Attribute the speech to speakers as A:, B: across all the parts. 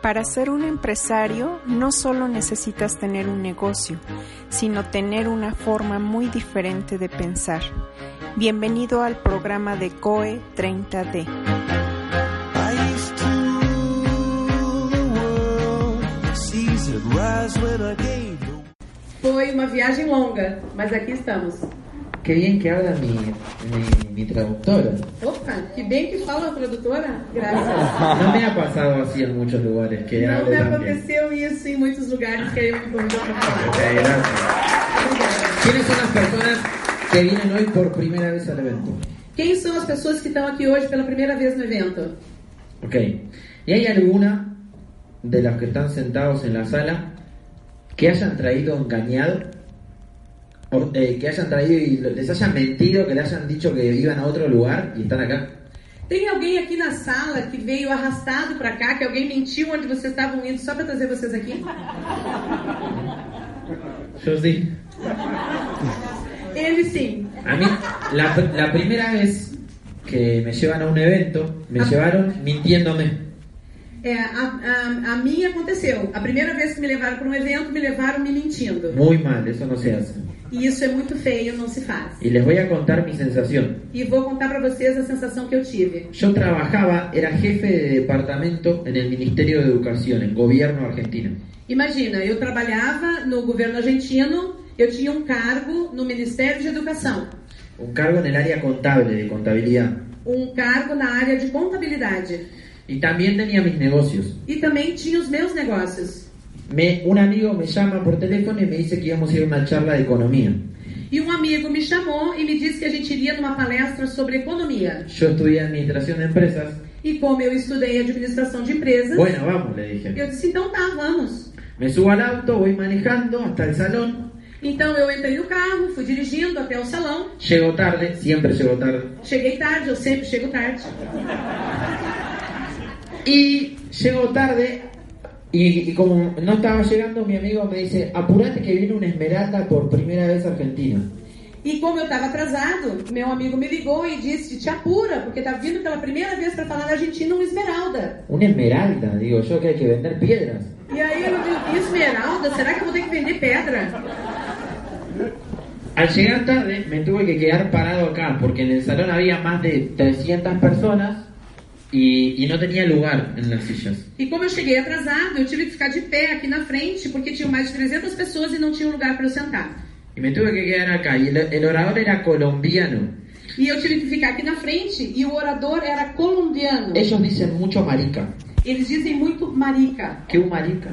A: para ser un empresario no solo necesitas tener un negocio, sino tener una forma muy diferente de pensar. Bienvenido al programa de COE 30D.
B: Foi uma viagem longa, mas aqui estamos.
C: Qué bien que habla mi, mi, mi traductora.
B: Opa, que bem que fala a tradutora. Graças.
C: No me ha pasado así en muchos lugares que
B: Não
C: hable
B: me
C: también.
B: aconteceu isso em muitos lugares que eu me convidou para falar.
C: Eh, gracias.
B: Obrigada.
C: ¿Quiénes son las personas que vienen hoy por primera vez al evento?
B: Quem são as pessoas que estão aqui hoje pela primeira vez no evento?
C: Ok. ¿Y hay alguna de los que están sentados en la sala que hayan traído engañado? O, eh, que hayan traído y les hayan mentido, que le hayan dicho que iban a otro lugar y están acá.
B: Tem alguém aqui na sala que veio arrastado pra cá, que alguém mentiu onde vocês estavam indo só pra trazer vocês aqui?
C: Yo sí.
B: Ele sim.
C: A mí, la, pr- la primera vez que me llevan a un evento, me
B: Ah.
C: llevaron mintiéndome.
B: É, a, a, a mim aconteceu. A primeira vez que me levaram para um evento, me levaram me mentindo.
C: Muy mal, eso no se hace.
B: E isso é muito feio, não se faz.
C: Y les voy a contar mi sensación.
B: E vou contar pra vocês a sensação que eu tive.
C: Yo trabajaba, era jefe de departamento en el Ministerio de Educación, en gobierno argentino.
B: Imagina, eu trabalhava no governo argentino, eu tinha um cargo no Ministério de Educação,
C: Un cargo en el área contable, de contabilidad.
B: um cargo na área de contabilidade.
C: Y también tenía mis negocios.
B: E também tinha os meus negócios.
C: Me, un amigo me llama por teléfono y me dice que íbamos a ir a una charla de economía.
B: E um amigo me chamou e me disse que a gente iria numa palestra sobre economia.
C: Yo estudié administración de empresas.
B: E como eu estudei administração de empresas,
C: Bueno, vamos, le dije.
B: eu disse: então tá, vamos.
C: Me subo al auto, voy manejando hasta el salón.
B: Então eu entrei no carro, fui dirigindo até o salão.
C: Llego tarde, siempre llego tarde.
B: Cheguei tarde, eu sempre chego tarde.
C: Y llego tarde y, y como no estaba llegando, mi amigo me dice, apurate que viene una esmeralda por primera vez a Argentina.
B: E como eu estava atrasado, meu amigo me ligou e disse: te apura, porque tá vindo pela primeira vez para falar na Argentina um esmeralda.
C: Una esmeralda, digo yo, que hay que vender piedras.
B: E aí eu disse: esmeralda? Será que eu vou ter que vender pedra?
C: Al llegar tarde me tuve que quedar parado acá porque en el salón había más de 300 personas y, y no tenía lugar en las sillas.
B: E como eu cheguei atrasado, eu tive que ficar de pé aqui na frente, porque tinha mais de 300 pessoas e não tinha lugar para eu sentar.
C: Y me tuve que quedar acá y el, el orador era colombiano.
B: E eu tive que ficar aqui na frente e o orador era colombiano.
C: Ellos dicen mucho marica.
B: Eles dizem muito marica.
C: ¿Qué un marica?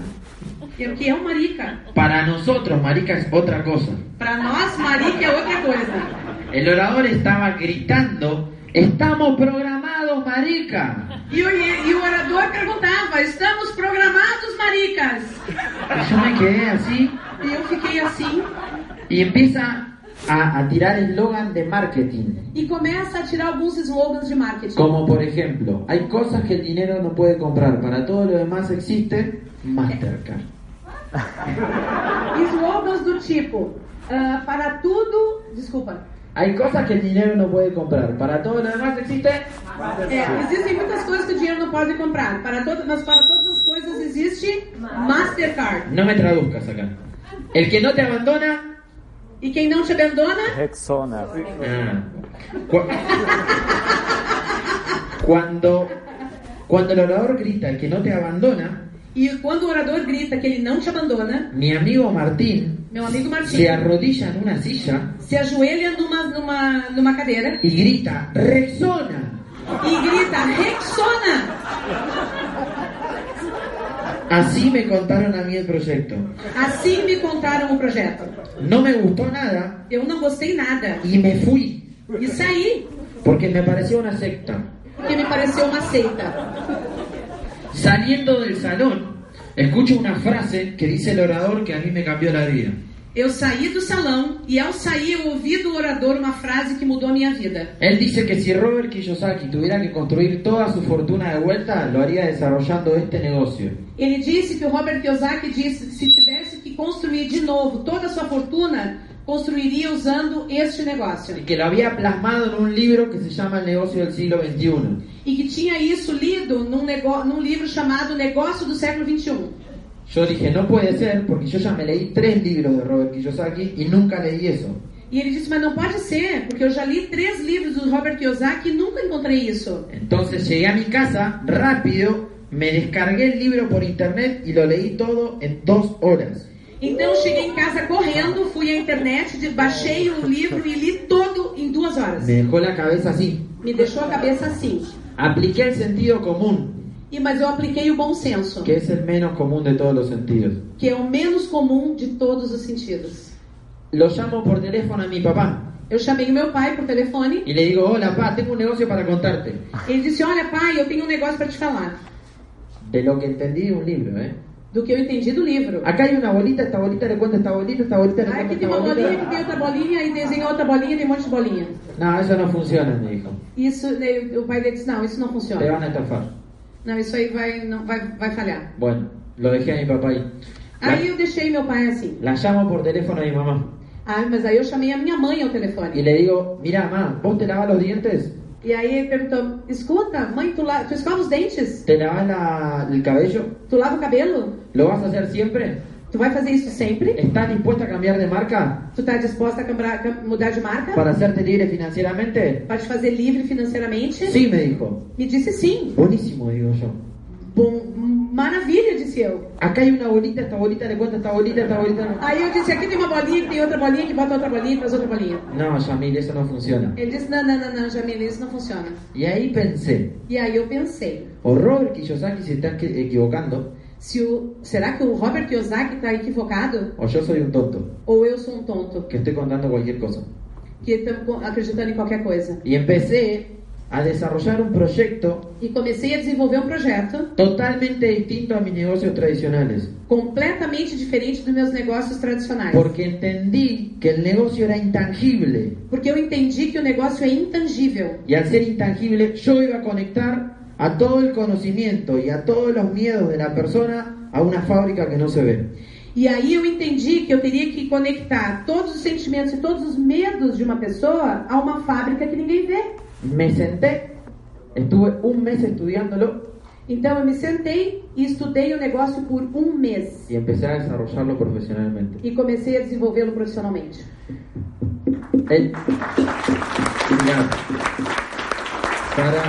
B: E o que é um marica?
C: Para nosotros marica es otra cosa.
B: Para nós, marica é outra coisa.
C: El orador estaba gritando, estamos programados, marica.
B: E o, e o orador perguntava: estamos programados, maricas?
C: Y yo me quedé así
B: E eu fiquei assim
C: y empieza a, a tirar el logan de marketing.
B: e começa a tirar alguns slogans de marketing.
C: Como por ejemplo, hay cosas que el dinero no puede comprar, para todo lo demás existe Mastercard.
B: Slogans do tipo: ah, para tudo. Desculpa.
C: Hay cosas que el dinero no puede comprar, para todo lo demás existe...
B: É, existem muitas coisas que o dinheiro não pode comprar. Para todas, mas para todas as coisas existe Mastercard.
C: No me traduzcas acá. El que no te abandona...
B: E quem não te abandona,
D: Rexona.
C: Ah. Cu- Cuando, cuando el orador grita, el que no te abandona,
B: e quando o orador grita que ele não te abandona,
C: Mi amigo Martín
B: meu amigo
C: se
B: Martim
C: arrodilla en una silla
B: se ajoelha numa, numa, numa cadeira
C: y grita, ¡Rexona!
B: e grita Rexona.
C: Así me contaron a mí el proyecto.
B: Assim me contaram o projeto.
C: No me gustó nada
B: Eu não gostei nada
C: y me fui,
B: e saí,
C: porque me pareció una secta.
B: porque me pareceu uma seita.
C: Saliendo del salón, escucho una frase que dice el orador que a mí me cambió la vida.
B: Eu saí do salão e ao sair eu ouvi do orador uma frase que mudou a minha vida.
C: Él dice que si Robert Kiyosaki tuviera que construir toda su fortuna de vuelta, lo haría desarrollando este negocio.
B: Ele disse que o Robert Kiyosaki disse que se tivesse que construir de novo toda a sua fortuna, construiria usando este negócio.
C: y que lo había plasmado en un libro que se llama El negocio del siglo XXI.
B: E que tinha isso lido num, nego- num livro chamado Negócio do Século um. XXI.
C: Yo dije, no puede ser, porque yo ya me leí tres libros de Robert Kiyosaki y nunca leí eso.
B: E ele disse, mas não pode ser, porque eu já li três livros do Robert Kiyosaki e nunca encontrei isso.
C: Entonces llegué a mi casa rápido, me descargué el libro por internet y lo leí todo en dos horas.
B: Então eu cheguei em casa correndo, fui à internet, de- baixei o livro e li todo em duas horas.
C: Me dejó la cabeza así.
B: Me deixou a cabeça assim.
C: Apliqué el sentido común,
B: E mas eu apliquei o bom senso,
C: que es el menos común de todos los sentidos.
B: que é o menos comum de todos os sentidos.
C: Lo llamo por teléfono a mi papá
B: Eu chamei o meu pai por telefone.
C: y le digo, hola, papá, tengo un negocio para contarte.
B: Ele disse: Olha, pai, eu tenho um negócio para te falar.
C: De lo que entendí de un libro, ¿eh?
B: Do que eu entendi do livro.
C: Acá hay una bolita, esta bolita le cuento a esta bolita, esta bolita le
B: Ah,
C: cuento a
B: aqui
C: esta
B: tem uma bolinha, aqui tem
C: bolita.
B: outra bolinha, aí desenha outra bolinha, tem um monte de bolinha.
C: No, eso no funciona, me dijo.
B: Isso, ele- o pai dele disse: Não, isso não
C: Te
B: funciona.
C: van a estafar.
B: Não, isso aí vai, não, vai, vai falhar.
C: Bueno, lo dejé a mi papá ahí. La,
B: Aí eu deixei meu pai assim.
C: la llamo por teléfono a mi mamá
B: Ah, mas aí eu chamei a minha mãe ao
C: y
B: telefone.
C: le digo, mira, mamá, ¿vos te lavas los dientes?
B: E aí ele perguntou: Escuta, mãe, tu, la... tu escova os dentes?
C: ¿Te lavas la- el cabello?
B: Tu lava o cabelo?
C: ¿Lo vas a hacer siempre?
B: Tu vai fazer isso sempre?
C: ¿Estás dispuesta a cambiar de marca
B: Tu tá disposta a cambra- cam- mudar de marca?
C: para hacerte libre financieramente?
B: Para te fazer livre financeiramente?
C: Sí, me dijo.
B: Me disse sim.
C: Buenísimo, digo yo.
B: Bom, maravilha, disse eu.
C: Acá hay una bolita, esta bolita le cuento a esta bolita, esta bolita.
B: Aí eu disse, aqui tem uma bolinha, que tem outra bolinha, que bota outra bolinha, faz outra bolinha.
C: No, Yamil, eso no funciona.
B: Ele disse, não, não, não, não, Jamila, isso não funciona.
C: Y ahí pensé,
B: E aí eu pensei,
C: o Robert Kiyosaki se está equi- equivocando,
B: se o, será que o Robert Kiyosaki está equivocado?
C: o yo soy un tonto,
B: Ou eu sou um tonto,
C: que estoy contando cualquier cosa.
B: que está acreditando em qualquer coisa?
C: Y empecé a desarrollar un proyecto
B: E comecei a desenvolver um projeto
C: totalmente distinto a mis negocios tradicionales,
B: completamente diferente dos meus negócios tradicionais.
C: porque entendí que el negocio era intangible
B: Porque eu entendi que o negócio é intangível.
C: y al ser intangible yo iba a conectar a todo el conocimiento y a todos los miedos de la persona a una fábrica que no se ve.
B: E aí eu entendi que eu teria que conectar todos os sentimentos e todos os medos de uma pessoa a uma fábrica que ninguém vê.
C: Me senté, estuve un mes estudiándolo
B: Então eu me sentei e estudei o negócio por um mês
C: y empecé a desarrollarlo profesionalmente.
B: e comecei a desenvolvê-lo profissionalmente.
C: El- Mirá. Para.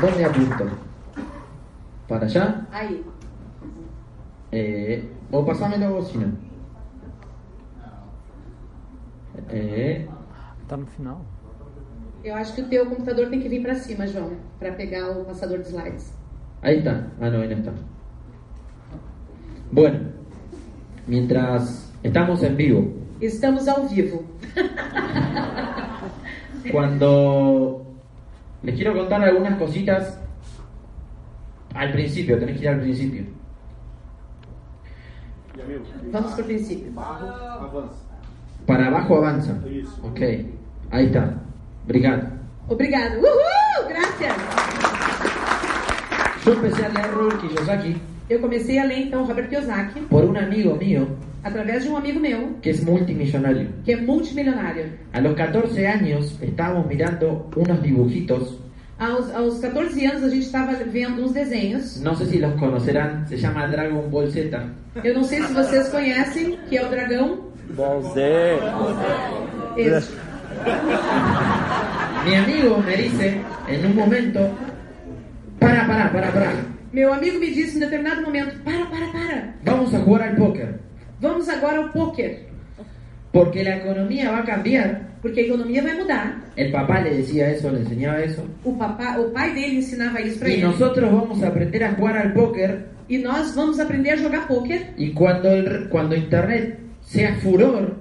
C: ¿Dónde apunto? ¿Para allá?
B: Aí,
C: Eh, o pasame la bocina. Eh,
D: Tá no final.
B: eu acho que o teu computador tem que vir para cima, João, para pegar o passador de slides.
C: ahí está. Ah, no, ahí no está. Bueno, mientras estamos en vivo,
B: Estamos ao vivo.
C: cuando les quiero contar algunas cositas al principio, tenés que ir al principio.
E: E amigo,
B: Vamos pro princípio.
E: barro, avança.
C: Para abajo avanza.
E: Isso.
C: Ok, ahí está. Brigado.
B: Obrigado. Uhul! Graças!
C: Yo empecé a leer Robert Kiyosaki
B: Eu comecei a ler então Robert Kiyosaki
C: por un amigo mío
B: através de um amigo meu
C: que es multimillonario.
B: que é multimilionário.
C: A los 14 años estábamos mirando unos dibujitos,
B: Aos, aos 14 anos a gente estava vendo uns desenhos.
C: no sé si los conocerán, se llama Dragon Ball Z.
B: Eu não sei se vocês conhecem, que é o dragão.
D: Bom Zé.
B: Esse.
C: Mi amigo me dice en un momento, para, para, para, para,
B: Meu amigo me disse em determinado momento: para, para, para,
C: vamos a jugar al póker,
B: vamos agora ao poker,
C: porque la economía va a cambiar.
B: porque a economia vai mudar.
C: El papá le decía eso, le enseñaba eso.
B: O, papá, o pai dele ensinava isso para
C: Y
B: ele.
C: nosotros vamos a aprender a jugar al póker
B: E nós vamos aprender a jogar poker.
C: Y cuando, el- cuando Internet sea furor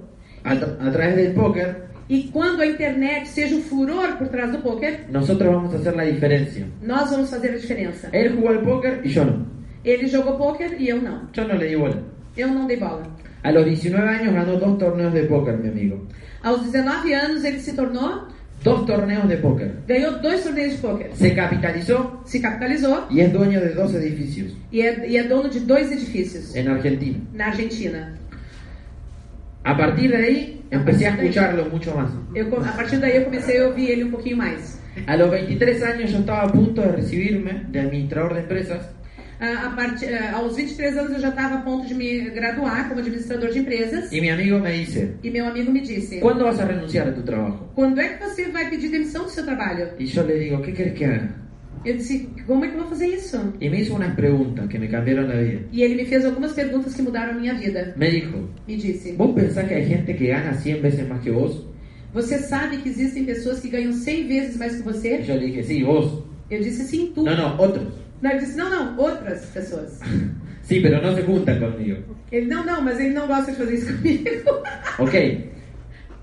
C: a, tra- a través del póker,
B: E quando a internet seja o furor por trás do poker,
C: nosotros vamos a hacer la diferencia.
B: nós vamos fazer a diferença.
C: Él jugó al póker y yo no.
B: Ele jogou poker e eu não.
C: Yo no le di bola.
B: Eu não dei bola.
C: A los 19 años ganó dos torneos de póker, mi amigo.
B: Aos 19 anos ele se tornou,
C: Dos torneos de póker.
B: ganhou dois torneios de poker.
C: Se capitalizó
B: Se capitalizou
C: y es dueño de dos edificios
B: e é, e é dono de dois edifícios
C: en Argentina.
B: na Argentina.
C: A partir de ahí
B: A
C: empecé
B: partir de
C: a
B: ahí.
C: escucharlo mucho más.
B: Eu, co- a partir daí eu comecei a ouvir ele um pouquinho mais.
C: A los 23 años yo estaba a punto de recibirme de administrador de empresas
B: Ah, a parti- ah, aos 23 anos eu já estava a ponto de me graduar como administrador de empresas.
C: y mi amigo me dice,
B: E meu amigo me disse:
C: ¿cuándo vas a renunciar a tu trabajo?
B: Quando é que você vai pedir demissão do seu trabalho?
C: Y yo le digo, ¿qué querés que haga?
B: Eu disse: Como é que eu vou fazer isso?
C: Y me hizo unas preguntas que me cambiaron la vida.
B: E ele me fez algumas perguntas que mudaram a minha vida.
C: Me dijo,
B: Me disse:
C: ¿vos pensás que hay gente que gana 100 veces más que vos?
B: Você sabe que existem pessoas que ganham 100 vezes mais que
C: Y
B: você?
C: yo le dije, sí, vos.
B: Eu disse: Sim, tu.
C: No, no, otros.
B: Não, ele disse: Não, não, outras pessoas.
C: Sí, pero no se juntan conmigo.
B: Ele: Não, não, mas ele não gosta de fazer isso comigo.
C: Ok.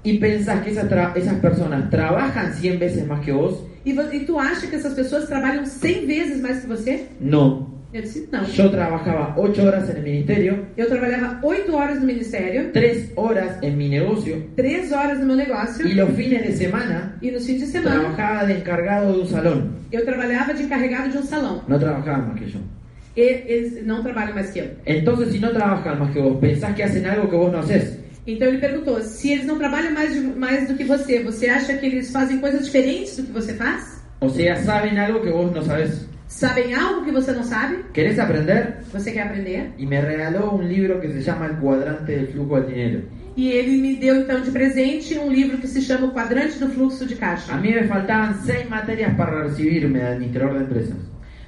C: ¿Y pensás que esas, tra- esas personas trabajan 100 veces más que vos?
B: E, vo- e tu acha que essas pessoas trabalham 100 vezes mais que você?
C: No.
B: Eu disse: Não.
C: Yo trabajaba 8 horas en el ministerio,
B: Eu trabalhava 8 horas no ministério,
C: 3 horas en mi negocio
B: 3 horas no meu negócio
C: y los fines de semana
B: e nos fins de semana
C: trabajaba de encargado de un salón.
B: eu trabalhava de encarregado de um salão.
C: No trabajaba más que yo.
B: E eles não trabalham mais que eu.
C: Entonces, si no trabajan más que vos, pensás que hacen algo que vos no haces.
B: Então ele perguntou: se eles não trabalham mais, de- mais do que você, você acha que eles fazem coisas diferentes do que você faz?
C: O sea, saben algo que vos no sabés.
B: Sabem algo que você não sabe?
C: ¿Querés aprender?
B: Você quer aprender?
C: Y me regaló un libro que se llama El cuadrante del flujo del dinero.
B: E ele me deu então de presente um livro que se chama O Quadrante do Fluxo de
C: A
B: Caixa.
C: mí me faltaban seis materias para recibirme de administrador de empresas.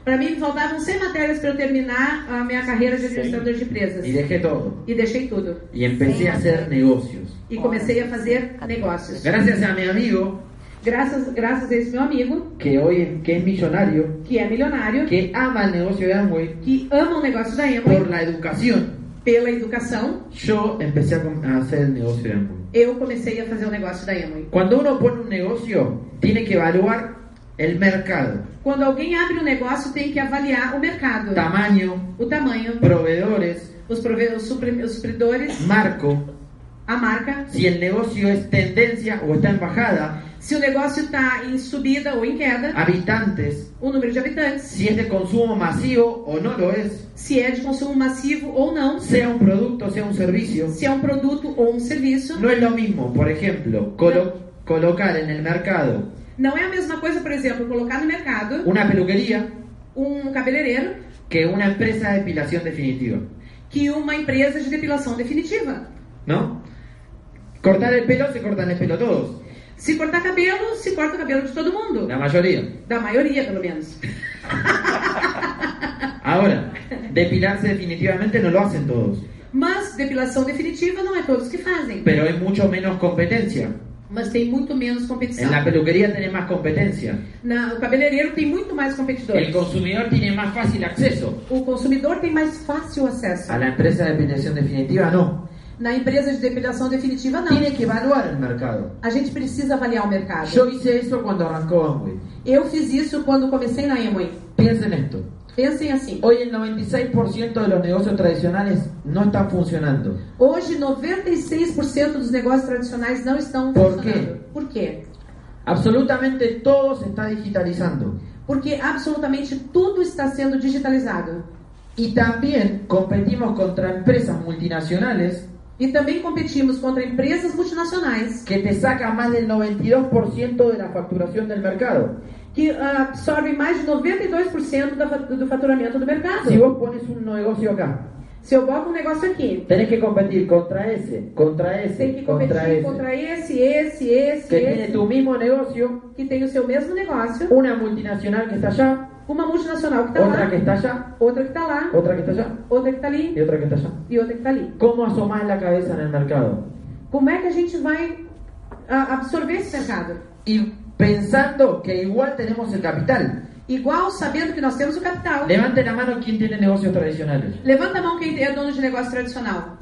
B: Para mim faltavam 100 matérias para eu terminar a minha carreira de administrador de
C: Y
B: empresas.
C: dejé todo.
B: E deixei tudo.
C: Y empecé a hacer negocios.
B: E comecei a fazer negócios.
C: Gracias a mi amigo,
B: Graças, graças a esse meu amigo,
C: que hoy es, que es millonario,
B: que é milionário,
C: que ama el negocio de Amway,
B: que ama o negócio da
C: por
B: Amway
C: la educación,
B: pela educação,
C: yo empecé a com- a hacer el negocio de Amway.
B: eu comecei a fazer o negócio da Amway.
C: Cuando uno pone un negocio, tiene que evaluar el mercado,
B: Quando alguém abre um negócio, tem que avaliar o mercado,
C: Tá. tamaño,
B: o tamanho,
C: proveedores,
B: os, prove os, supri- os supridores,
C: marco,
B: a marca.
C: si el negocio es tendencia o está en bajada,
B: Se o negócio está em subida ou em queda,
C: Ah. habitantes,
B: o número de habitantes,
C: si es de consumo masivo o no lo es,
B: se é de consumo massivo ou não,
C: sea un producto, sea un servicio.
B: se é um produto ou um serviço.
C: No es lo mismo, por ejemplo, colo- colocar en el mercado
B: Não é a mesma coisa, por exemplo, colocar no mercado
C: una peluquería
B: um cabeleireiro
C: que una empresa de depilación definitiva,
B: que uma empresa de depilação definitiva.
C: ¿no? Cortar el pelo, se cortan el pelo todos,
B: Se cortar cabelo, se corta o cabelo de todo mundo.
C: la mayoría.
B: Da maioria, pelo menos.
C: Ahora, depilarse definitivamente no lo hacen todos,
B: Mas depilação definitiva não é todos que fazem.
C: pero hay mucho menos competencia.
B: Mas tem muito menos competição.
C: En la peluquería tenés más competencia.
B: Na- o cabeleireiro tem muito mais
C: El
B: competidores.
C: consumidor tiene más fácil acceso.
B: O consumidor tem mais fácil acesso.
C: A la empresa de depilación definitiva no.
B: Na empresa de depilação definitiva, não.
C: Tiene é que evaluar el mercado.
B: A gente precisa avaliar o mercado.
C: Yo hice eso cuando arrancó Amway.
B: Eu fiz isso quando comecei na Amway.
C: Piensen esto.
B: Pensem assim.
C: Hoy el 96% de los negocios tradicionales no están funcionando.
B: Hoje, 96% dos negócios tradicionais não estão
C: Por
B: funcionando. Por quê?
C: Absolutamente todo se está digitalizando.
B: Porque absolutamente tudo está sendo digitalizado.
C: Y también competimos contra empresas multinacionales
B: E também competimos contra empresas multinacionais
C: que te sacan más del 92% de la facturación del mercado.
B: que ah, absorvem mais de 92% da fa- do faturamento do mercado.
C: Si vos pones un negocio acá,
B: Se eu boto um negócio aqui,
C: tenés que competir contra ese, contra
B: tem
C: ese,
B: que
C: contra
B: competir
C: esse.
B: contra esse, esse, esse,
C: Que tiene
B: esse,
C: tu mismo negocio,
B: que tem o seu mesmo negócio,
C: una multinacional que está allá,
B: uma multinacional que está
C: otra
B: lá,
C: que está allá,
B: outra que está lá,
C: otra que está allá
B: outra que está
C: y
B: ali
C: otra que está allá.
B: e outra que está ali.
C: ¿Cómo asomás la cabeza en el mercado?
B: Como é que a gente vai ah, absorver esse mercado?
C: y pensando que igual tenemos el capital.
B: Igual sabendo que nós temos o capital.
C: Levante la mano quien tiene negocios tradicionales.
B: Levanta a mão quem é dono de negócio tradicional.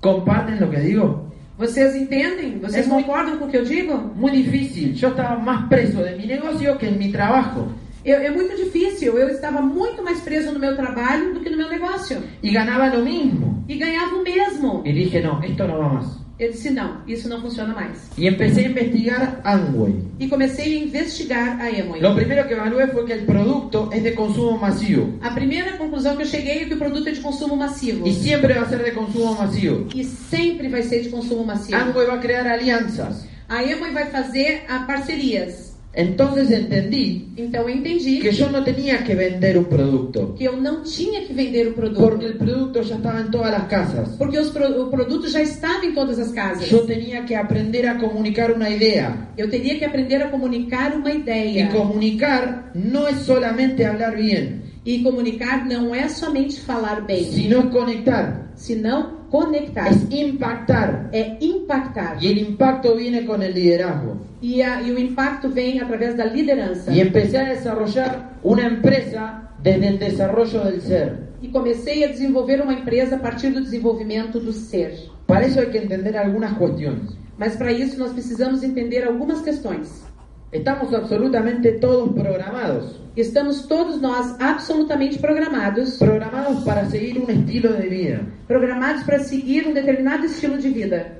C: ¿Comparten lo que digo?
B: Vocês entendem? Vocês
C: É muito-
B: concordam com o que eu digo?
C: Muy difícil. Yo estaba más preso de mi negocio que en mi trabajo.
B: Eu- é muito difícil. Eu estava muito mais preso no meu trabalho do que no meu negócio.
C: Y ganaba lo mismo.
B: E ganhava o mesmo.
C: Y dije, no, esto no va más.
B: Eu disse: não, isso não funciona mais.
C: Y empecé a investigar Amway.
B: E comecei a investigar a Amway.
C: Lo primero que evalué fue que el producto es de consumo masivo.
B: A primeira conclusão que eu cheguei é que o produto é de consumo massivo.
C: Y siempre va a ser de consumo masivo.
B: E sempre vai ser de consumo massivo.
C: Amway va a crear alianzas.
B: A Amway vai fazer a parcerias.
C: Entonces entendí
B: Então eu entendi
C: que
B: que,
C: yo no tenía que vender un producto.
B: eu não tinha que vender o produto.
C: Porque el producto ya estaba en todas las casas.
B: Porque os pro- o produto já estava em todas as casas.
C: Yo tenía que aprender a comunicar una idea.
B: Eu teria que aprender a comunicar uma
C: Y
B: ideia.
C: comunicar no es solamente hablar bien,
B: E comunicar não é somente falar bem,
C: sino es conectar,
B: senão conectar.
C: es impactar.
B: É impactar.
C: Y el impacto viene con el liderazgo.
B: E, a- e o impacto vem através da liderança.
C: Y empecé a desarrollar una empresa desde el desarrollo del ser.
B: E comecei a desenvolver uma empresa a partir do desenvolvimento do ser.
C: Para eso hay que entender algunas cuestiones.
B: Mas para isso nós precisamos entender algumas questões.
C: Estamos absolutamente todos programados.
B: Estamos todos nós absolutamente programados,
C: Programados para seguir un estilo de vida.
B: programados para seguir um determinado estilo de vida.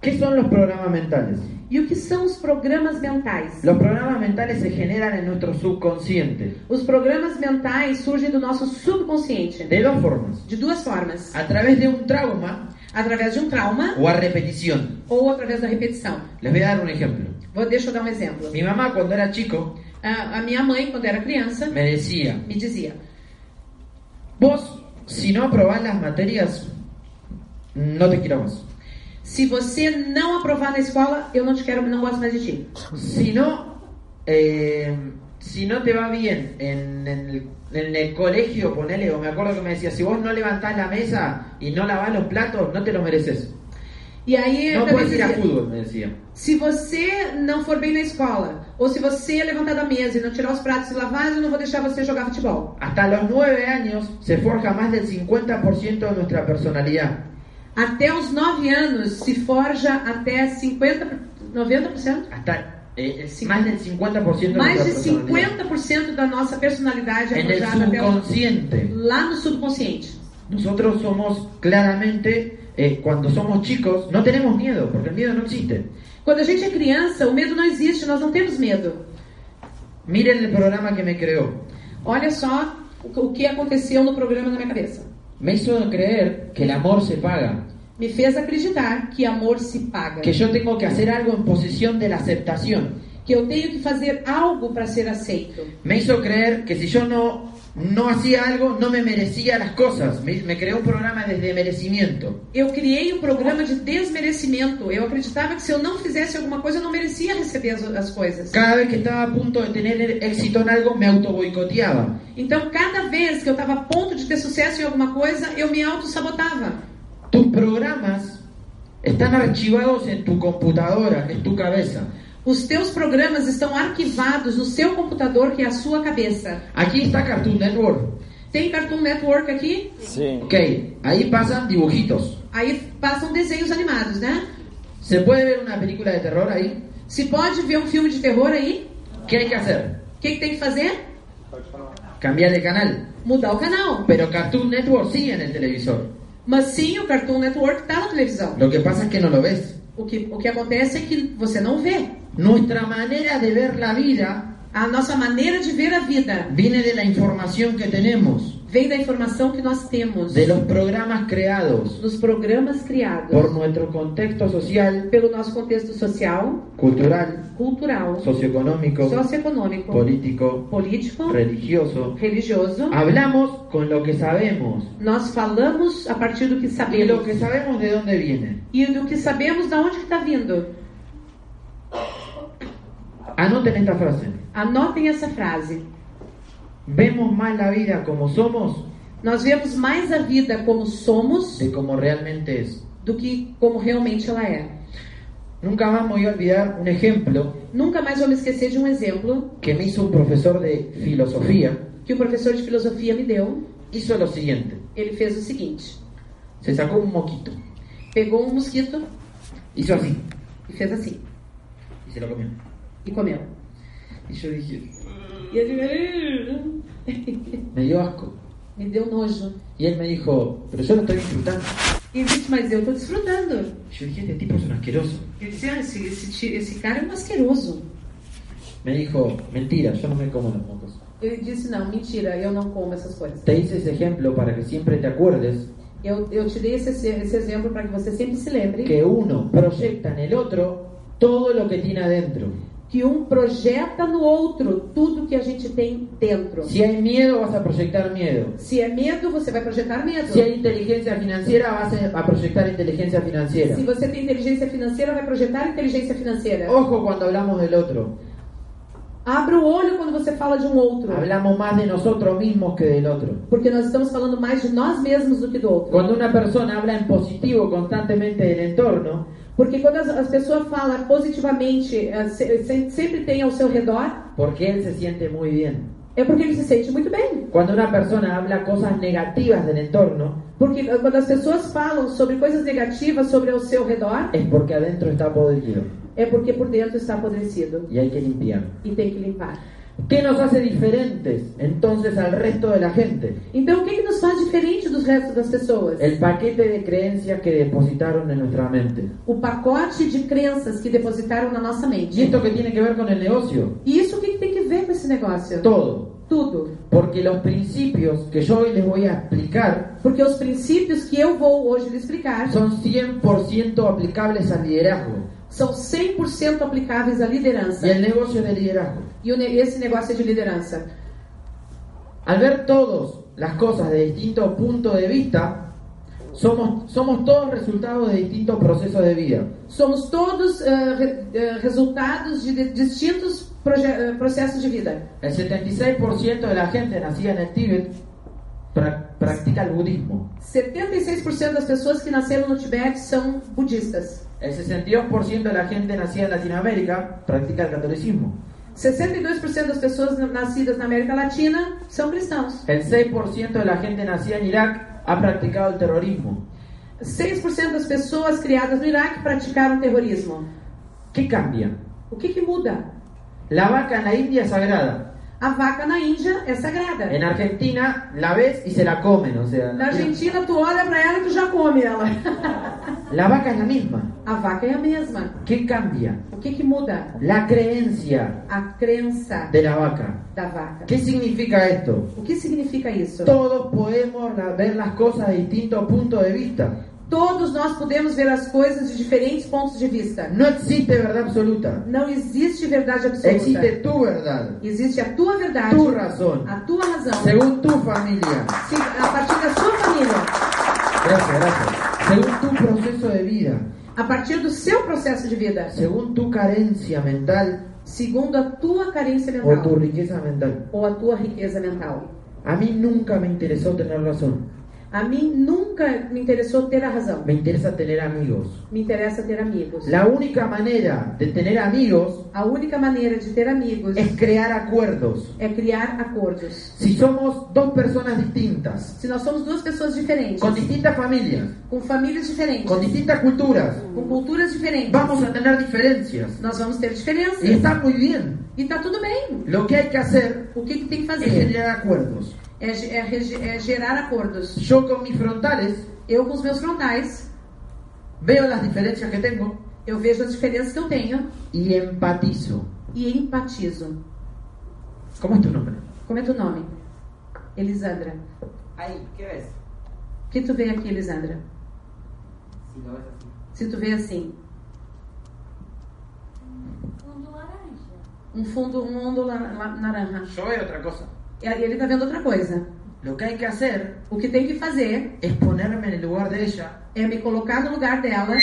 C: ¿Qué son los programas mentales?
B: E o que são os programas mentais?
C: Los programas mentales se generan en nuestro subconsciente
B: Os programas mentais surgem do nosso subconsciente né?
C: de dos formas.
B: de duas formas:
C: A través de un trauma
B: através de um trauma
C: o a repetición.
B: ou através da repetição.
C: Les voy a dar un ejemplo.
B: Vou deixa eu dar um exemplo.
C: Mi mamá cuando era chico
B: A, a minha mãe, quando era criança,
C: me decía,
B: me dizia:
C: vos si no aprobás las materias, no te quiero más.
B: se você não aprovar na escola, eu não te quero, não gosto mais de ti.
C: Si no, eh, si no te va bien en, en el, en el colegio, ponele, o me acuerdo que me decía, si vos no levantás la mesa y no lavás los platos, no te lo mereces.
B: E aí eu
C: No
B: também
C: puedes ir a
B: dizia,
C: fútbol, me decía.
B: se você não for bem na escola, ou se você é levantar da mesa e não tirar os pratos e lavar, eu não vou deixar você jogar futebol.
C: Hasta los nueve años se forja más del 50% de nuestra personalidad.
B: Até os 9 anos se forja até 50, 90%?
C: Hasta eh, el- más del 50% de
B: Mais de
C: nuestra personalidad.
B: 50% da nossa personalidade é
C: En el
B: forjada até o,
C: subconsciente.
B: lá no subconsciente.
C: Nosotros somos claramente, eh, cuando somos chicos, no tenemos miedo, porque el miedo no existe.
B: Quando a gente é criança, o medo não existe, nós não temos medo.
C: Miren el programa que me creó.
B: Olha só o que- o que aconteceu no programa na minha cabeça.
C: Me hizo creer que el amor se paga,
B: Me fez acreditar que amor se paga.
C: que yo tengo que hacer algo en posición de la aceptación.
B: que eu tenho que fazer algo para ser aceito.
C: Me hizo creer que si yo no, no hacía algo, no me merecía las cosas. Me, me creó un programa desde merecimiento.
B: Eu criei um programa de desmerecimento. Eu acreditaba que se eu não fizesse alguma coisa, eu não merecia receber as, as coisas.
C: Cada vez que estaba a punto de tener éxito en algo, me auto boicoteaba.
B: Então, cada vez que eu estava a ponto de ter sucesso em alguma coisa, eu me auto-sabotava.
C: Tus programas están archivados en tu computadora, en tu cabeza.
B: Os teus programas estão arquivados no seu computador, que é a sua cabeça.
C: Aquí está Cartoon Network.
B: Tem Cartoon Network aqui,
D: Sí.
C: Ok, ahí pasan dibujitos.
B: aí passam desenhos animados, né?
C: ¿Se puede ver una película de terror ahí?
B: Se pode ver um filme de terror aí,
C: ¿Qué hay que hacer?
B: o que, que tem que fazer?
C: Cambiar de canal.
B: Mudar o canal.
C: Pero Cartoon Network sigue en el televisor.
B: Mas sim, o Cartoon Network está na televisão.
C: Lo que pasa es que no lo ves.
B: O que, o que acontece é que você não vê.
C: Nuestra manera de ver la vida
B: A nossa maneira de ver a vida
C: viene de la información que tenemos,
B: vem da informação que nós temos,
C: de los programas creados
B: dos programas criados,
C: por nuestro contexto social,
B: pelo nosso contexto social,
C: cultural,
B: cultural,
C: socioeconómico,
B: socioeconômico,
C: político,
B: político,
C: religioso.
B: religioso.
C: Hablamos con lo que sabemos.
B: Nós falamos a partir do que
C: Y lo
B: sabemos
C: que sabemos de dónde viene.
B: e do que sabemos da onde está vindo.
C: Anoten esta frase.
B: Anotem essa frase.
C: Vemos más la vida como somos
B: Nós vemos mais a vida como somos
C: de como realmente es.
B: do que como realmente ela é.
C: Nunca más me voy a olvidar un ejemplo
B: Nunca mais vou me esquecer de um exemplo
C: que me hizo un profesor de filosofía.
B: que o professor de filosofia me deu.
C: Hizo lo siguiente.
B: Ele fez o seguinte:
C: Se sacó un moquito.
B: pegou um mosquito
C: Hizo así.
B: e fez assim,
C: Y se lo comió.
B: e comeu.
C: Y yo dije,
B: E ele
C: me dio asco.
B: me deu nojo.
C: Y él me dijo, pero yo lo estoy disfrutando.
B: E disse, mas eu tô desfrutando.
C: Yo dije, este tipo es un asqueroso.
B: Eu disse, ah, esse, esse, ti- esse cara é um asqueroso.
C: Me dijo, mentira, yo no me como los mocos.
B: Ele disse, não, mentira, eu não como essas coisas.
C: Te hice ese ejemplo para que siempre te acuerdes
B: Eu, eu te dei esse, esse exemplo para que você sempre se lembre
C: que uno proyecta en el otro todo lo que tiene adentro.
B: que um projeta no outro tudo que a gente tem dentro.
C: Si hay miedo, vas a proyectar miedo.
B: Se é medo, você vai projetar medo.
C: Si hay inteligencia financiera, vas a a proyectar inteligencia financiera.
B: Se você tem inteligência financeira, vai projetar inteligência financeira.
C: Ojo cuando hablamos del otro.
B: Abra o olho quando você fala de um outro.
C: Hablamos más de nosotros mismos que del otro.
B: Porque nós estamos falando mais de nós mesmos do que do outro.
C: Cuando una persona habla en positivo constantemente del entorno,
B: Porque quando as, as pessoas falam positivamente, eh, se- se- sempre tem ao seu redor,
C: porque él se siente muy bien.
B: é porque ele se sente muito bem.
C: Cuando una persona habla cosas negativas del entorno,
B: Porque eh, quando as pessoas falam sobre coisas negativas sobre o seu redor,
C: es porque adentro está podrido
B: é porque por dentro está apodrecido
C: y hay que limpiarlo.
B: e tem que limpar.
C: ¿Qué nos hace diferentes entonces al resto de la gente?
B: Então, o que, que nos faz diferente dos restos das pessoas?
C: El paquete de creencias que depositaron en nuestra mente.
B: O pacote de crenças que depositaram na nossa
C: ¿Y
B: mente.
C: esto qué tiene que ver con el negocio?
B: E isso o que, que tem que ver com esse negócio?
C: Então- Todo.
B: Tudo.
C: Porque los principios que yo hoy les voy a explicar
B: Porque os princípios que eu vou hoje lhe explicar
C: son 100% aplicables al liderazgo.
B: são 100% aplicáveis à liderança.
C: Y el negocio de liderazgo.
B: E o ne- esse negócio é de liderança.
C: Al ver todas las cosas de distintos puntos de vista, somos, somos todos resultados de distintos procesos de vida.
B: Somos todos ah, re- ah, resultados de, de- distintos proje- ah, processos de vida.
C: El 76% de la gente nacida en el Tíbet pra- practica el budismo.
B: 76% das pessoas que nasceram no Tibete são budistas.
C: El 62% de la gente nacida en Latinoamérica practica el catolicismo.
B: 62% das pessoas na- nascidas na América Latina são cristãos.
C: El 6% de la gente nacida en Irak ha practicado el terrorismo.
B: 6% das pessoas criadas no Iraque praticaram terrorismo.
C: ¿Qué cambia?
B: O que, que muda?
C: La vaca en la India es sagrada.
B: A vaca na Índia é sagrada.
C: En Argentina la ves y se la comen, o sea,
B: Na Argentina, tu olha pra ela e tu já come ela.
C: la vaca es la misma.
B: A vaca é a mesma.
C: ¿Qué cambia?
B: O que que muda?
C: La creencia
B: A crença
C: de la vaca.
B: da vaca.
C: ¿Qué significa esto?
B: O que significa isso?
C: Todos podemos la- ver las cosas de distintos puntos de vista.
B: Todos nós podemos ver as coisas de diferentes pontos de vista.
C: No existe verdad absoluta.
B: Não existe verdade
C: Existe
B: absoluta.
C: tu verdad,
B: Existe a tua verdade,
C: tu razón,
B: a tua razão,
C: según tu familia.
B: Se- a partir da sua família,
C: Gracias, gracias. Según tu proceso de vida,
B: a partir do seu processo de vida,
C: según tu carencia mental
B: segundo a tua carência
C: o tu
B: mental
C: riqueza mental.
B: ou a tua riqueza mental.
C: A mí nunca me interesó tener razón.
B: A mim nunca me interessou ter a razão.
C: Me interesa tener amigos.
B: Me interessa ter amigos.
C: La única manera de tener amigos
B: A única maneira de ter amigos
C: es crear acuerdos.
B: é criar acordos.
C: Si somos dos personas distintas,
B: Se nós somos duas pessoas diferentes,
C: con distintas familias,
B: com famílias diferentes,
C: con distintas culturas,
B: com culturas diferentes,
C: vamos a tener diferencias.
B: nós vamos ter diferenças.
C: Y está muy bien.
B: E tá tudo bem.
C: Lo que hay que hacer
B: O que, que tem que
C: es
B: fazer?
C: generar acuerdos.
B: É, ge- é rege- é gerar acordos.
C: Yo con mis frontales
B: Eu, com os meus frontais,
C: veo las diferencias que tengo
B: eu vejo as diferenças que eu tenho
C: y empatizo.
B: e empatizo.
C: ¿Cómo es tu nombre?
B: Como é teu nome? Elisandra.
E: Ahí, ¿qué ves?
B: O que tu vê aqui, Elisandra?
E: Si lo ves así.
B: Se tu vê assim,
F: Fundo laranja.
B: um fundo, um ondo la- la- naranja.
C: Yo veo otra cosa.
B: E aí Ele tá vendo outra coisa.
C: Lo que hay que hacer
B: O que tem que fazer
C: es ponerme en el lugar de ella.
B: é me colocar no lugar dela.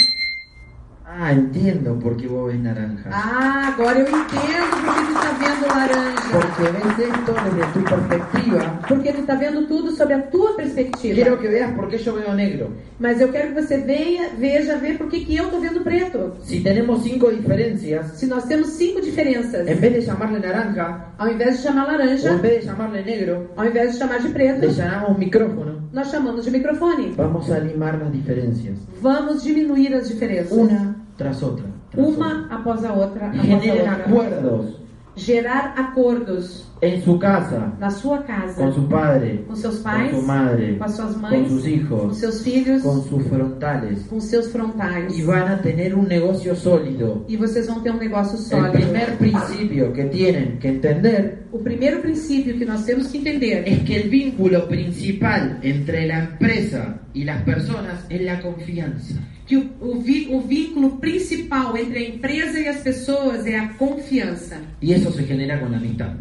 C: Ah, entiendo por qué vos ves naranja.
B: Ah, agora eu entendo porque tu tá vendo laranja.
C: Porque ves esto desde tu
B: é
C: perspectiva.
B: Porque tu tá vendo tudo sobre a tua perspectiva.
C: Quiero que veas por qué yo veo negro.
B: Mas eu quero que você venha, veja, ver por que que eu tô vendo preto.
C: Si tenemos cinco diferencias,
B: Se nós temos cinco diferenças,
C: en vez de llamarle naranja
B: ao invés de chamar
C: o en
B: laranja,
C: vez de llamarle negro,
B: ao invés de chamar de preto,
C: le llamamos micrófono,
B: nós chamamos de microfone.
C: vamos a limar las diferencias.
B: Vamos diminuir as diferenças.
C: Una tras otra. tras
B: Uma após a outra,
C: otra.
B: após a
C: Generen
B: outra.
C: acuerdos.
B: Gerar acordos.
C: en su casa,
B: na sua casa,
C: con su padre,
B: com seus pais,
C: con su madre,
B: com as suas
C: con
B: mães,
C: sus
B: com
C: hijos,
B: seus filhos,
C: con sus frontales.
B: com seus frontais.
C: Y van a tener un negocio sólido.
B: E vocês vão ter um negócio
C: El
B: sólido.
C: primer principio que tienen que entender
B: O primeiro princípio que nós temos que entender é
C: es que el vínculo principal entre la empresa y las personas es la confianza.
B: que o, o, vi- o vínculo principal entre a empresa e as pessoas é a confiança.
C: Y eso se genera con la amistad.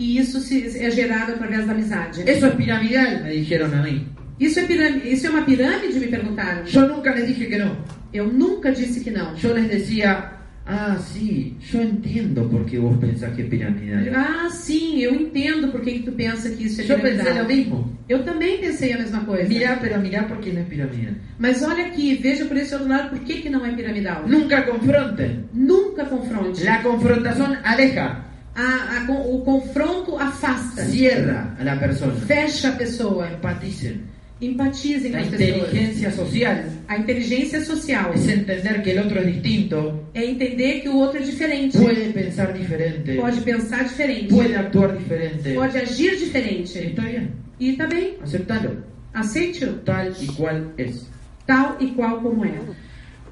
B: E isso se, é gerado através da amizade.
C: Eso es piramidal, me dijeron a mí.
B: Isso é, pirâmide, isso é uma pirâmide, me perguntaram?
C: Yo nunca les dije que no.
B: Eu nunca disse que não.
C: Yo les decía, ah, sí, yo entiendo por qué vos pensás que es piramidal.
B: Ah, sim, eu entendo por que, que tu pensa que isso é
C: Yo pensé lo
B: piramidal.
C: mismo.
B: Eu também pensei a mesma coisa.
C: Mirá, pero mirá por qué no es piramidal.
B: Mas olha aqui, veja por esse outro lado por que, que não é piramidal.
C: Nunca confronten.
B: Nunca confronte.
C: La confrontación aleja,
B: A- a con- o confronto afasta,
C: cierra a la persona.
B: fecha a pessoa.
C: Empaticen.
B: Empatizem com
C: La
B: as pessoas.
C: inteligencia social
B: A inteligência social
C: es entender que el otro es distinto,
B: é entender que o outro é diferente,
C: puede pensar diferente,
B: pode pensar diferente,
C: puede actuar diferente.
B: pode agir diferente.
C: Está bien,
B: E também
C: aceptalo,
B: aceite-o
C: tal y cual es.
B: tal e qual como é.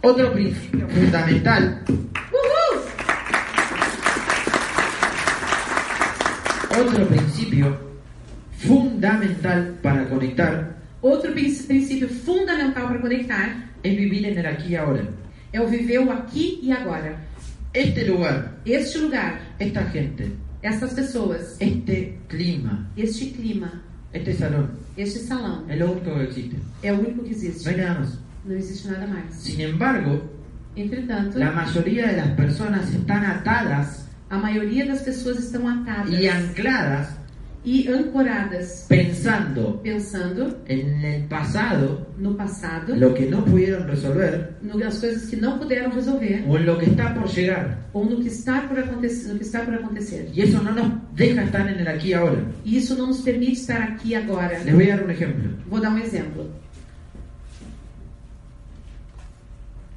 C: Otro principio fundamental,
B: Uhul!
C: otro principio fundamental para conectar
B: Outro prin- princípio fundamental para conectar
C: es vivir en el aquí y ahora.
B: é o viver o aqui e agora.
C: Este lugar,
B: Este lugar,
C: esta gente,
B: essas pessoas,
C: este clima,
B: este clima,
C: este salón,
B: este salão,
C: es lo único que existe.
B: é o único que
C: No
B: existe.
C: hay nada más.
B: Não existe nada mais.
C: Sin embargo,
B: Entretanto,
C: la mayoría de las personas están atadas
B: a maioria das pessoas estão atadas
C: y ancladas
B: e ancoradas,
C: pensando
B: pensando
C: en el pasado,
B: no passado,
C: lo que no pudieron resolver
B: no- nas coisas que não puderam resolver
C: o en lo que está por llegar.
B: ou no que está por acontecer, no que está por acontecer.
C: Y eso no nos deja estar en el aquí y ahora.
B: E isso não nos permite estar aqui agora.
C: Les voy a dar un ejemplo.
B: Vou dar um exemplo.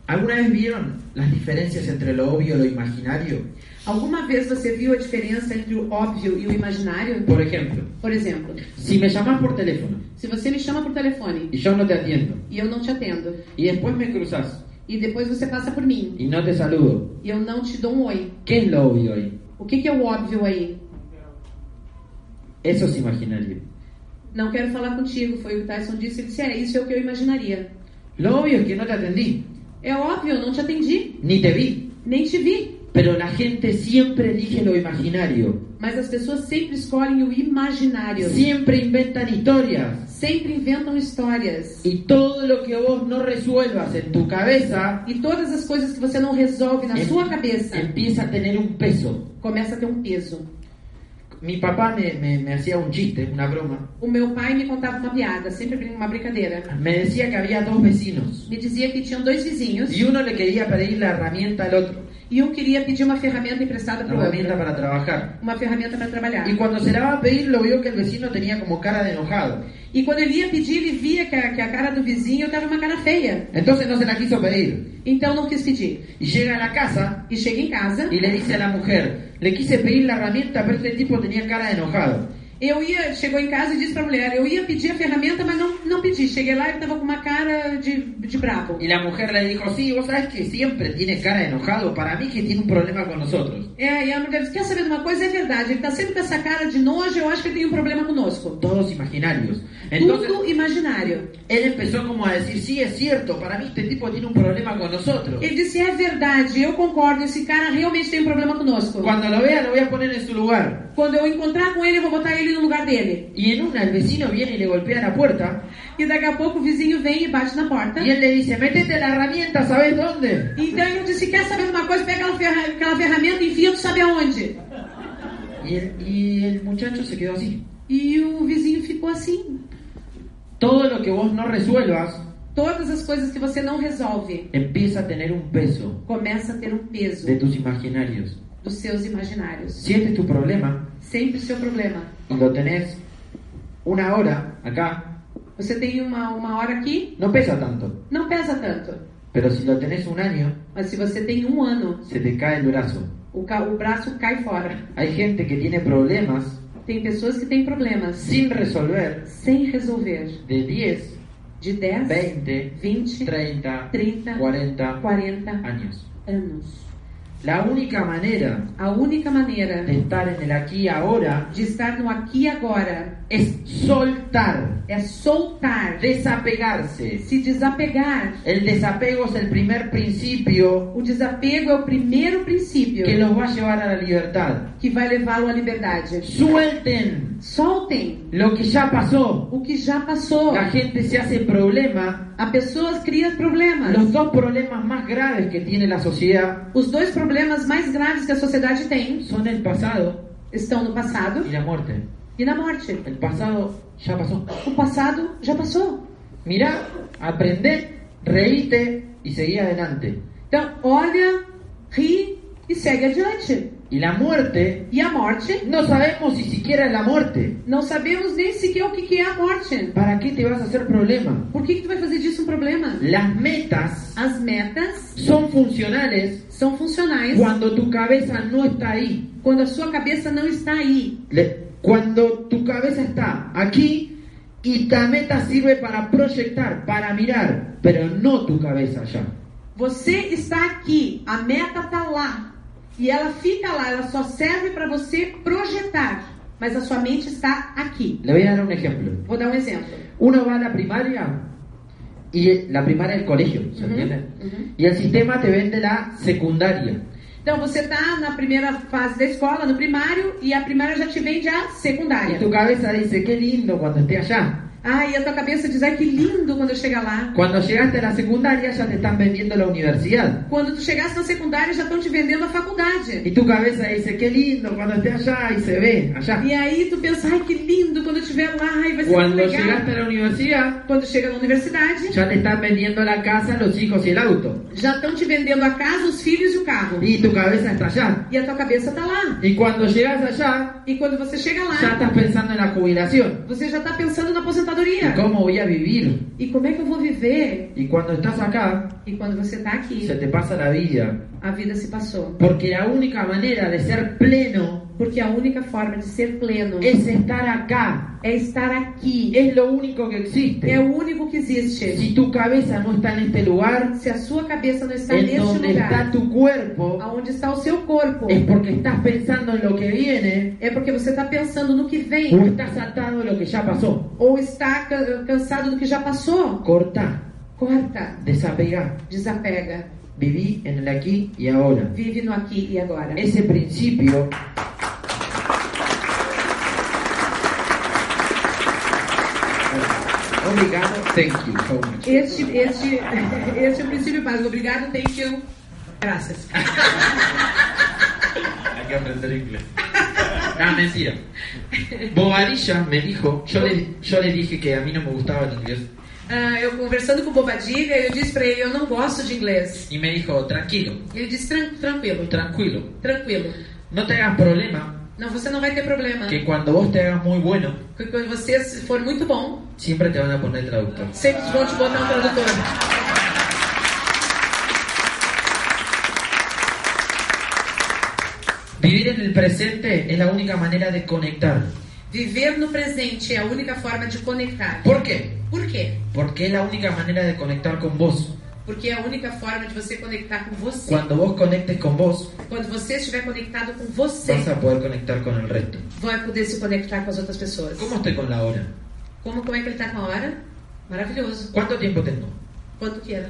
C: ¿Alguna vez vieron las diferencias entre lo obvio y lo imaginario?
B: Alguma vez você viu a diferença entre o óbvio e o imaginário?
C: Por ejemplo,
B: Por exemplo,
C: si me llamás por teléfono
B: se você me chama por telefone
C: y yo no te atiendo,
B: e eu não te atendo,
C: y después me cruzás
B: e depois você passa por mim
C: y no te saludo,
B: e eu não te dou um oi,
C: ¿qué es lo obvio ahí?
B: o que, que é o óbvio aí?
C: Eso es imaginario.
B: Não quero falar contigo, foi o que o Tyson disse. Ele disse: É, isso é o que eu imaginaria.
C: Lo obvio es que no te atendí,
B: É óbvio, eu não te atendi,
C: ni te vi,
B: nem te vi.
C: pero la gente siempre elige lo imaginario.
B: Mas as pessoas sempre escolhem o imaginário.
C: Siempre inventan historias.
B: Sempre inventam histórias.
C: Y todo lo que vos no resuelvas en tu cabeza
B: E todas as coisas que você não resolve na
C: É-
B: sua cabeça
C: empieza a tener un peso.
B: começa a ter um peso.
C: Mi papá me, me- me hacía un chiste, una broma.
B: O meu pai me contava uma piada, sempre brin- uma brincadeira.
C: Me decía que había dos vecinos
B: Me dizia que tinham dois vizinhos
C: y uno le quería pedir la herramienta al otro,
B: e um queria pedir uma ferramenta emprestada
C: la
B: para o
C: herramienta
B: outro.
C: para trabajar.
B: Uma ferramenta para trabalhar.
C: Y cuando se la va a pedir, lo vio que el vecino tenía como cara de enojado.
B: E quando ele ia pedir, ele via que a, que a cara do vizinho estava uma cara feia.
C: Entonces no se la quiso pedir.
B: Então não quis pedir.
C: Y llega a la casa
B: E chega em casa,
C: y le dice a la mujer, le quise pedir la herramienta, pero este tipo tenía cara de enojado.
B: eu ia, chegou em casa e disse pra mulher, eu ia pedir a ferramenta, mas não, não pedi. Cheguei lá e tava com uma cara de, de brabo.
C: Y la mujer le dijo, sí, vos sabés que siempre tiene cara de enojado, para mí que tiene un problema con nosotros.
B: É, e a mulher disse, quer saber de uma coisa? É verdade, ele tá sempre com essa cara de nojo, eu acho que ele tem um problema conosco.
C: Todos imaginarios. Entonces,
B: Tudo imaginário.
C: él empezó como a decir, sí, es cierto, para mí este tipo tiene un problema con nosotros.
B: Ele disse, é verdade, eu concordo, esse cara realmente tem um problema conosco.
C: Cuando lo vea, lo voy a poner en su lugar.
B: Quando eu encontrar com ele, eu vou botar ele no lugar dele.
C: Y en una, el vecino viene y le golpea la puerta,
B: E daqui a pouco o vizinho vem e bate na porta.
C: y él le dice, métete la herramienta, ¿sabés dónde?
B: Então eu disse, quer saber de uma coisa? Pega aquela, ferra- aquela ferramenta e enfia, tu sabe aonde.
C: Y el, y el muchacho se quedó así.
B: E o vizinho ficou assim.
C: Todo lo que vos no resuelvas
B: Todas as coisas que você não resolve
C: empieza a tener un peso
B: começa a ter um peso
C: de tus imaginarios.
B: dos seus imaginários.
C: Si este es tu problema,
B: Sempre o seu problema.
C: y lo tenés una hora acá,
B: Você tem uma, uma hora aqui,
C: no pesa tanto.
B: não pesa tanto.
C: Pero si lo tenés un año,
B: Mas se você tem um ano,
C: se te cae el brazo.
B: o, ca- o braço cai fora.
C: Hay gente que tiene problemas
B: Tem pessoas que têm problemas
C: sin resolver
B: sem resolver.
C: de 10,
B: De 10,
C: 20,
B: 20,
C: 30,
B: 30,
C: 40
B: 40
C: años.
B: anos.
C: La única manera
B: A única maneira
C: de estar en el aquí y ahora
B: de estar no aqui e agora
C: es soltar,
B: é soltar,
C: desapegarse.
B: se desapegar.
C: El desapego es el primer principio
B: O desapego é o primeiro princípio
C: que los va a llevar a la libertad.
B: que vai levá-lo à liberdade.
C: Suelten
B: Soltem
C: lo que ya pasó.
B: o que já passou.
C: La gente se hace problema.
B: A pessoas criam problemas.
C: Los dos problemas más graves que tiene la sociedad
B: Os dois problemas mais graves que a sociedade tem
C: son el pasado
B: estão no passado
C: y la muerte.
B: e na morte.
C: El pasado ya pasó.
B: O passado já passou.
C: Mirá, aprendé, reíte y seguí adelante.
B: Então, olha, ri e segue adiante.
C: Y la muerte,
B: E a morte?
C: no sabemos si siquiera es la muerte.
B: Não sabemos nem sequer o que que é a morte.
C: ¿Para qué te vas a hacer problema?
B: Por que, que tu vai fazer disso um problema?
C: Las metas
B: As metas
C: son funcionales
B: são funcionais
C: cuando tu cabeza no está ahí.
B: quando a sua cabeça não está aí.
C: Le- Cuando tu cabeza está aquí y tu meta sirve para proyectar, para mirar, pero no tu cabeza allá.
B: Você está aqui, a meta tá lá. E ela fica lá, ela só serve para você projetar. Mas a sua mente está aqui.
C: Le voy a dar un ejemplo.
B: Vou dar um exemplo.
C: Uno va a la primaria y el- la primaria del colegio, ¿se
B: Ujú,
C: entiende?
B: ujú.
C: Y el sistema te vende la secundaria.
B: Então você tá na primeira fase da escola, no primário, e a primária já te vende a
C: Y
B: secundária.
C: tu cabeza dice, qué lindo cuando esté allá.
B: Ah, e a tua cabeça diz, ai que lindo quando eu chegar lá.
C: Cuando llegaste a la secundaria ya te están vendiendo la universidad.
B: Quando tu chegasse na secundária, já estão te vendendo a faculdade.
C: Y tu cabeza dice, qué lindo cuando esté allá y se ve allá.
B: E aí tu pensa, ai que lindo quando eu estiver lá, ai, vai ser muito
C: Cuando
B: legal.
C: llegaste a la universidad
B: Quando chega na universidade,
C: ya te están vendiendo la casa, los hijos y el auto.
B: já estão te vendendo a casa, os filhos e o carro.
C: Y tu cabeza está allá.
B: E a tua cabeça tá lá.
C: Y cuando llegas allá
B: E quando você chega
C: ya
B: lá,
C: estás pensando en la jubilación.
B: você já tá pensando na
C: ¿Y
B: aposentadoria.
C: cómo voy a vivir?
B: E como é que eu vou viver?
C: Y cuando estás acá,
B: E quando você tá aqui,
C: se te pasa la vida.
B: a vida se passou.
C: Porque la única manera de ser pleno
B: Porque a única forma de ser pleno
C: es estar acá.
B: é estar aqui.
C: Es lo único que
B: É
C: existe.
B: o único que existe.
C: Si tu cabeza no está en este lugar,
B: Se a sua cabeça não está
C: en
B: neste
C: donde está
B: lugar,
C: tu cuerpo,
B: aonde está o seu corpo,
C: es porque estás pensando en lo que viene
B: é porque você está pensando no que
C: o
B: vem
C: estás atado a lo que ya pasó.
B: ou está ca- cansado do que já passou.
C: Cortá,
B: Corta,
C: desapegá,
B: desapega,
C: viví en el aquí y ahora.
B: vive no aqui e agora.
C: Ese principio Obrigado, thank you so much.
B: Este, este, este é o princípio básico. Obrigado, thank you. Graças.
C: Hay que aprender inglés. Ah, mentira. Bobadilla me dijo, yo le, yo le dije que a mí no me gustaba el inglés.
B: Ah, eu conversando com o Bobadilha, eu disse pra ele, eu não gosto de inglês.
C: Y me dijo, tranquilo,
B: Ele disse, "Tran- tranquilo,
C: tranquilo.
B: tranquilo.
C: No te hagas problema
B: Não, você não vai ter problema.
C: que cuando vos te hagas muy bueno,
B: Porque quando você se for muito bom,
C: siempre te van a poner traductor.
B: sempre vão te botar um tradutor.
C: Vivir en el presente es la única manera de conectar.
B: Viver no presente é a única forma de conectar.
C: ¿Por quê?
B: Por quê?
C: Porque es la única manera de conectar con vos.
B: Porque é a única forma de você conectar com você.
C: Cuando vos conectes con vos,
B: Quando você estiver conectado com você,
C: vas a poder conectar con el resto.
B: vai poder se conectar com as outras pessoas.
C: ¿Cómo estoy con la hora?
B: Como, como é que ele tá com a hora? Maravilhoso.
C: ¿Cuánto tiempo tengo?
B: Quanto que era?